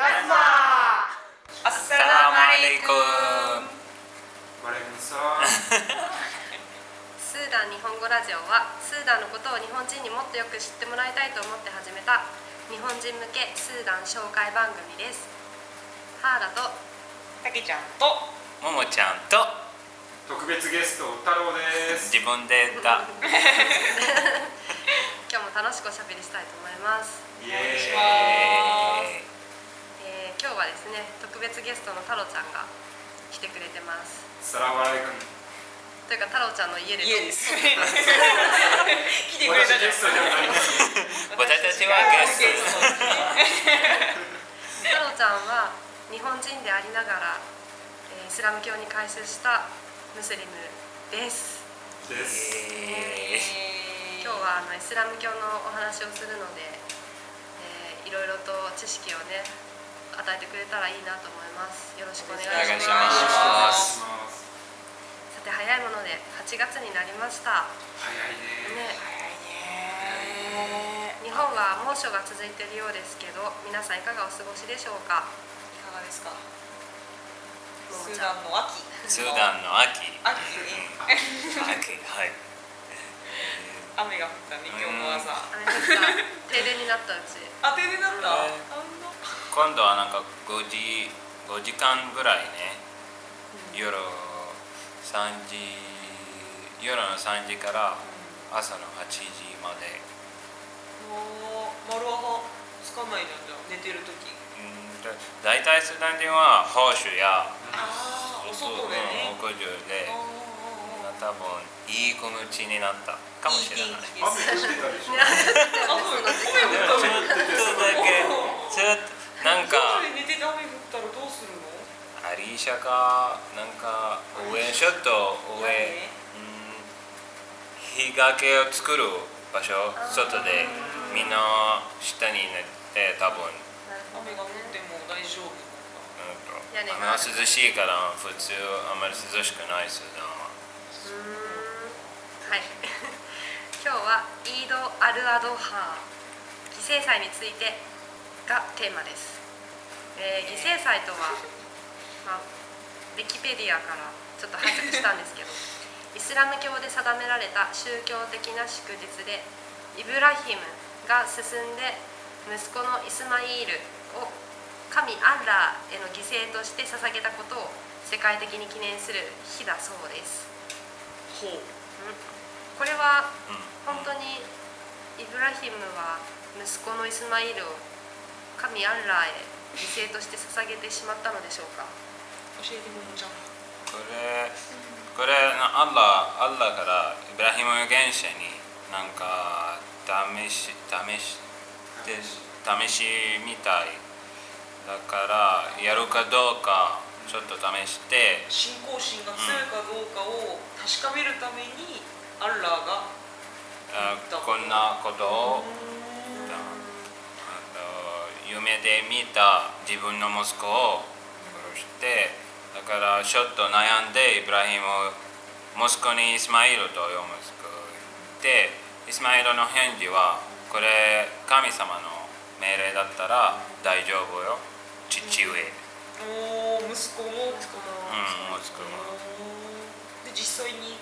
アッサラムアレイコンマレムさんスーダン日本語ラジオはスーダンのことを日本人にもっとよく知ってもらいたいと思って始めた日本人向けスーダン紹介番組ですハーラとたけちゃんとももちゃんと特別ゲスト太郎です自分でだ今日も楽しくおしゃべりしたいと思います、イえーえー願今日はですね特別ゲストの太郎ちゃんが来てくれてますサラバレイ君というか太郎ちゃんの家で家ですね来てくれ私たゲストじゃないで私すたちはゲスト太郎ちゃんは日本人でありながら、えーイスラム教に改宗したムスリムですですえー今日はあのイスラム教のお話をするので、えー、いろいろと知識をね与えてくれたらいいなと思いますよろしくお願いしお願いしまますすお願いしますさて早いもので8月になりました、早いねね、早いね日本は猛暑が続いているようですけど皆さんいかがお過ごしでしょうかいかがですもかスうーちダゃんンの秋 スーダンの秋秋秋にはい雨が降ったね今日の朝あれですか停電になったう ちあ停電だったあうんんな今度はなんか5時5時間ぐらいね夜3時夜の3時から朝の8時までもう丸はつかないじゃんじゃあ寝てる時うんだ大体スーダン人は報酬やあーお外でうねん屋上であーあーあー多分いい気持ちになったかもしれないいい天気雨降っですてたでしょあ、そうよ、で雨降もったちょのっとだけちょっとなんか外で寝てて雨降ったらどうするのアリーシャかなんか上ちょっと上何うん日陰を作る場所外でみんな下に寝て多分雨が降っても大丈夫う屋ん根とが雨は涼しいから普通あんまり涼しくないスーダンはうーんはい 今日はイード・アル・アドハ犠牲祭についてがテーマです、えー、犠牲祭とは、 まあ、ウィキペディアからちょっと拝借したんですけ どイスラム教で定められた宗教的な祝日でイブラヒムが進んで息子のイスマイールを神アッラーへの犠牲として捧げたことを世界的に記念する日だそうですほうこれはうん本当にイブラヒムは息子のイスマイルを神アンラーへ犠牲として捧げてしまったのでしょうか教えてももちゃんこれこれなアッラーアッラーからイブラヒム原社になんか試し試しで試しみたいだからやるかどうかちょっと試して信仰心が強いかどうかを確かめるためにアッラーがあこんなことをうあの夢で見た自分の息子を殺してだからちょっと悩んでイブラヒムを息子にイスマイルと読む息子でイスマイルの返事はこれ神様の命令だったら大丈夫よ父上おー息子も息子うもん息子もで実際に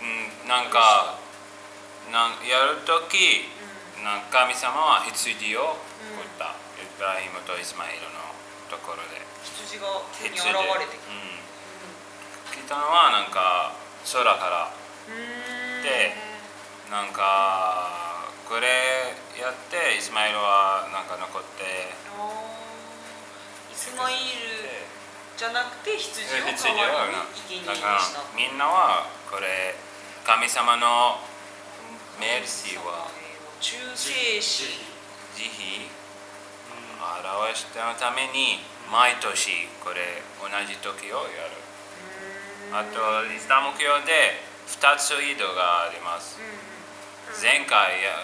うんなんかなんやるときなんか神様は羊を打った、イブラヒムとイスマイルのところで羊が急に羊現れてきたうん来たのはなんか空からうんでなんかこれやってイスマイルはなんか残ってあーイスマイールじゃなくて羊をで代わりにだ生贄にしかたらみんなはこれ神様のメルシーは忠誠慈心悲うをん表したために毎年これ同じ時をやるあとイスラム教で2つ井戸があります前回や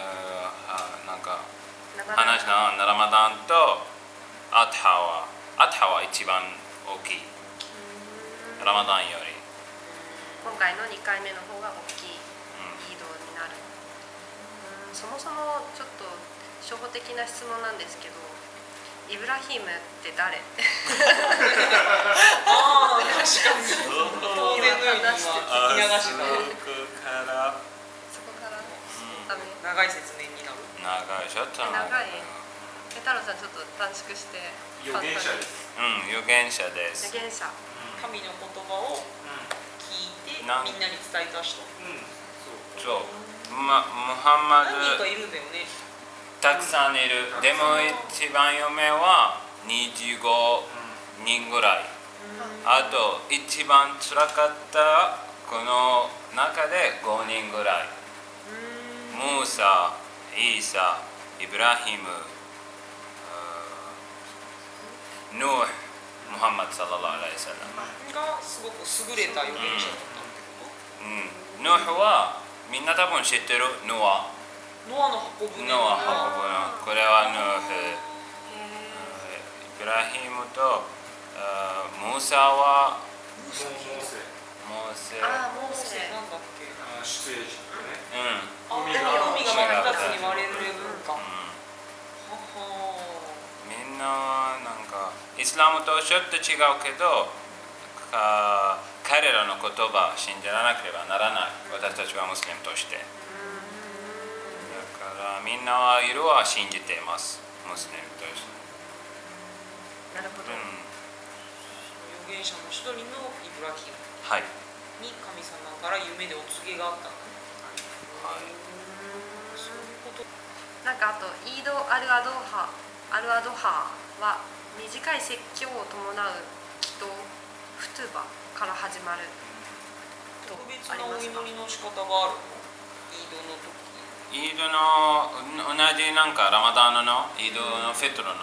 あーなんかなかな話しかたのはラマダンとアタハはアタハは一番大きいラマダンより、今回の2回目の方が大きいうん移動になるうんそもそもちょっと初歩的な質問なんですけどイイブラヒムって誰ああ確かに当然のように今聞き流そしこたからそこからうんダメ長い説明になる長いちょっと長い長いえ太郎さんちょっと短縮して予言者です。うん有限者です予言者う神の言葉を聞いてみんななに伝えた人ん。うん。そう。そうまムハンマ何人かドいるんだよねたくさんいるでも一番有名は25人ぐらいあと一番辛かったこの中で5人ぐらいムーサイーサイブラヒムうーヌームハンマドサララアライサラがすごく優れた預言者だったってこうんヌーはみんな多分知ってるヌーはとノアの箱ヌ舟ーは運ぶのこれはヌーへイブラヒムとあームーサはモーモーセ。モーえセああモモーーセセなんだっけあー出エジプトね。うんあ海海がが海が真っ二つに割れる文化はうんはみんななんかイスラムとちょっと違うけどか彼らの言葉を信じらなければならない私たちはムスリムとしてだからみんなは色は信じていますムスリムとして、なるほうど、ん、預言者の一人のイブラヒムはいに神様から夢でお告げがあったんだねそういうことなんかあとイード・アル・アドハアル・アドハは短い説教を伴う祈祷フトゥバから始まると特別ありなおま祈すがりの仕方があるのイードの時イードのうん同じなんかラマダンのイードのフィトルの、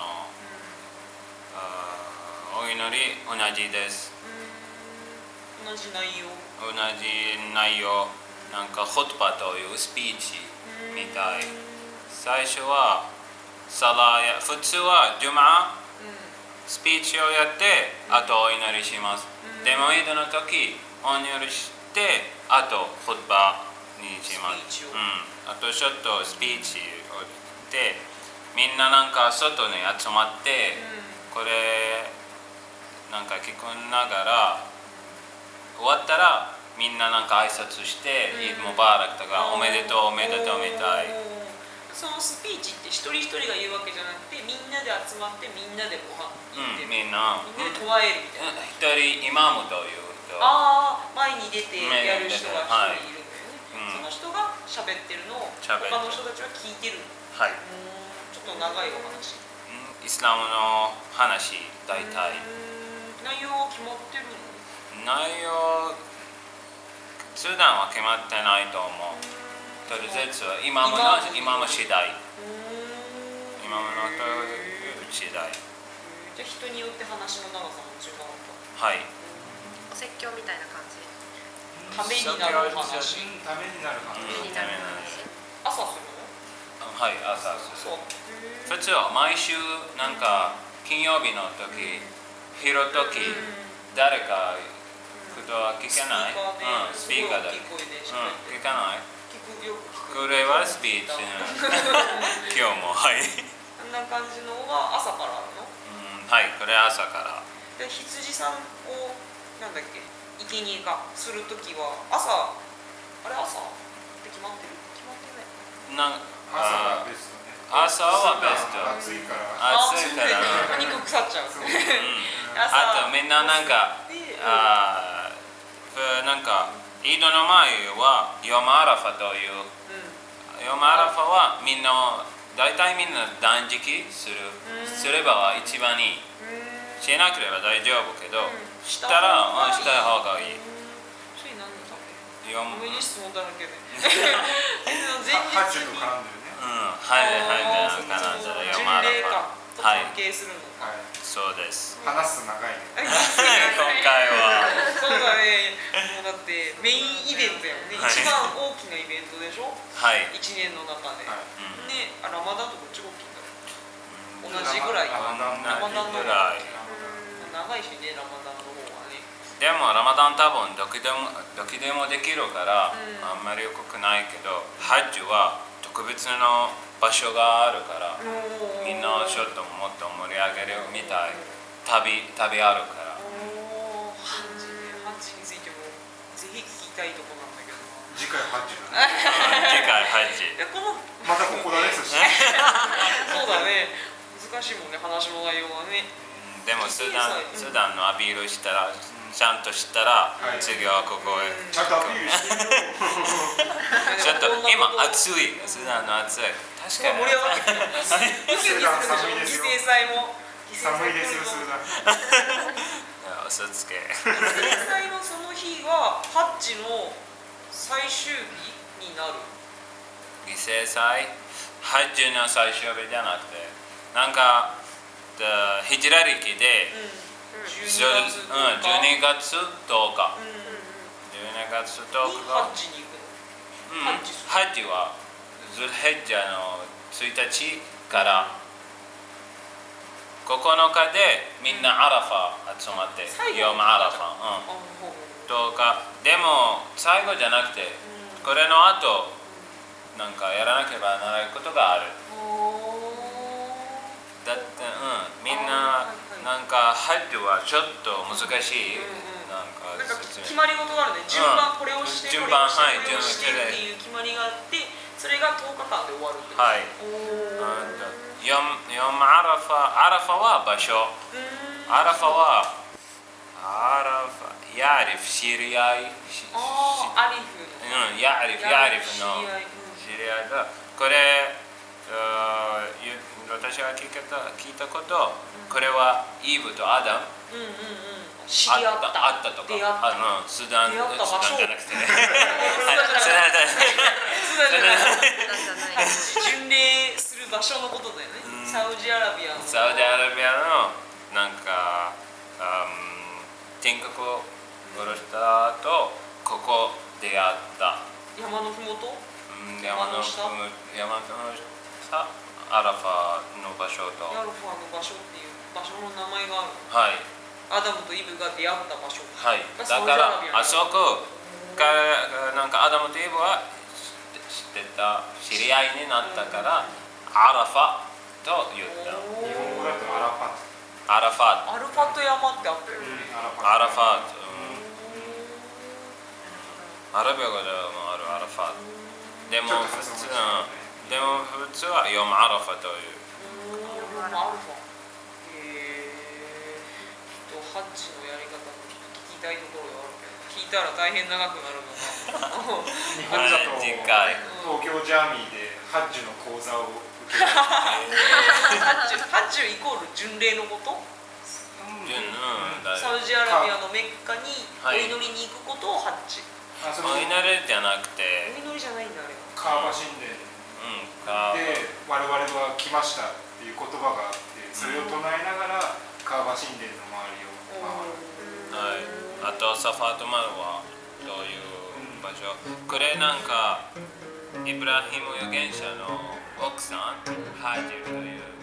あーお祈り同じです同じ内容同じ内容なんかホットパというスピーチみたい最初はサラや普通はジュマスピーチをやってあとお祈りしますでもイードの時お祈りしてあとホットパにしますスピーチうん、をあとちょっとスピーチをしてみんななんか外に集まってこれなんか聞こえながら終わったらみんななんか挨拶して「イード・ムバーラク」とか「おめでとうおめでとう」みたいおーそのスピーチって一人一人が言うわけじゃなくてみんなで集まってみんなでご飯う行ってんみんみんななで唱えるみたいなうん一人イマムという人ああ前に出てやる人が一人いるはいんだよね、うんその人が喋ってるのを他喋ってるの人たちは聞いてるのはいちょっと長いお話うんイスラムの話大体うん内容は決まってるの内容普段は決まってないと思うとりあえずはイマムのイマム次第イマムのという次第じゃあ人によって話の長さも違うのかはいお説教みたいな感じためになるお話うんためになる話。うんになる話朝するのはい朝するそう普通は毎週なんか金曜日の時拾う時誰かことは聞けないうんススピピーーカカーだーでけすごい大きい声でうん聞かないこれ喋ってる聞くよく聞くはスピーチうん 今日もはいうんあんな感じのが朝からあるのはいこれ朝からで羊さんをなんだっけ生贄がする時は朝あれ朝って決まってる決まってないなんあ朝がベストね。朝はベスト暑いから。あー暑いからそうだね肉腐っちゃうそううねん朝あとみんななんかであーふなんかイードの前はヨマアラファといううヨマアラファはみんな大体みんな断食するすれば一番いいんうんしなければ大丈夫けどうんしたらうんししたた方がいいつい何だっけヨマ無理質問だら けで前ハハッチ日ュとに絡んでるうん、はいはいはい、なんかなんだろう、ね。山田巡礼かとはい関係するのか、はい。そう です。話す長いね。今回今回は、そうだねもうだってメインイベントやもんね、はい一番大きなイベントでしょはい、 1年の中で、はい。うん、ねあラマダンとこっちが大きいんだ同同じぐらいラマダンラマダンのぐらい。長いしねラマダンの方はねでもラマダン多分どこでもどこでもできるから、うんあんまりよくないけど、ハッジは特別の場所があるから、おーみんなちょっともっと盛り上げるみたい旅旅あるから おーハンジねハンジについてもぜひ聞きたいとこなんだけどな次回ハッチだね次回ハッチいやこのまたここだね寿司そうだね難しいもんね話の内容は ねうんでもスーダンうんスーダンのアピールしたらちゃんとしたらはい次はここへちゃんとアピールしてるよちょっと今暑いいスーダンの暑い確盛かにり上がってきた寒い ですよ犠牲祭も寒いですよスーダン嘘つけ犠牲祭のその日がハッチの最終日になる犠牲祭ハッジの最終日じゃなくてなんかでヒジラ歴でうんじゅう12ん月とか12月10日12う月10んに日ハがッチに行くのうんハッジはズルヘッジャの1日から9日でみんなアラファ集まって最後ヨムアラファ、うんあほうほう10日でも最後じゃなくてうこれの後なんかやらなければならないことがあるんだってうんみんあなーはないはいんかハッジはちょっと難しいうんうんなんかなんか説決明まり事があるね順番これをして順これ番をしてこれはをいしてっていう決まりがあってそれが10日間で終わるってことはいおうんーだヨムヨムアラファアラファは場所うんアラファはアラファヤリフ知り合いししあーアリフのうんヤリフヤリフの知り合知り合いいだこれあーゆ私が聞いた聞いたことこれはイーブとアダムうんうんうんうん知り合ったあったとか出会ったあのスーダン出会った場所スーダンじゃなくてね そうはいスーだダンじゃなくてじなんゃないじゃな いです巡礼する場所のことだよねうんサウジアラビアのサウジアラビアのなんか、うん、天国を殺した後ここで会った、山のふもとうん、山山のの下山の下アラファの場所とヤルファの場所っていう場所の名前があるはいアダムとイブが出会った場所はいまだあからあサそこからなんかアダムとイブは知って知ってた知り合いになったからアラファと言ったお日本語ーだとアラファトアラファアルファと山ってあったようねんアラファトアラファうんかアラビア語でもあるアラファでちょっも普と発音通うがんでも普通はヨムアラファといううんアルファへえちょっとハッチのやり方もちょっと聞きたいところがあるけど聞いたら大変長くなるの が日本だはとい次東回京ジャーミーでハッジの講座を受 けるハッチュハッチュイコール巡礼のことジュンうんだいサウジアラビアのメッカにおはい祈りに行くことをハッチ、あそのお祈りじゃなくてお祈りじゃないんだあれはカーバ神殿うんかで我々は来ましたっていう言葉があってそれを唱えながらカーバ神殿の周りを回るはい、あとサファートマルはどういう場所これなんかイブラヒム預言者の奥さんハジルという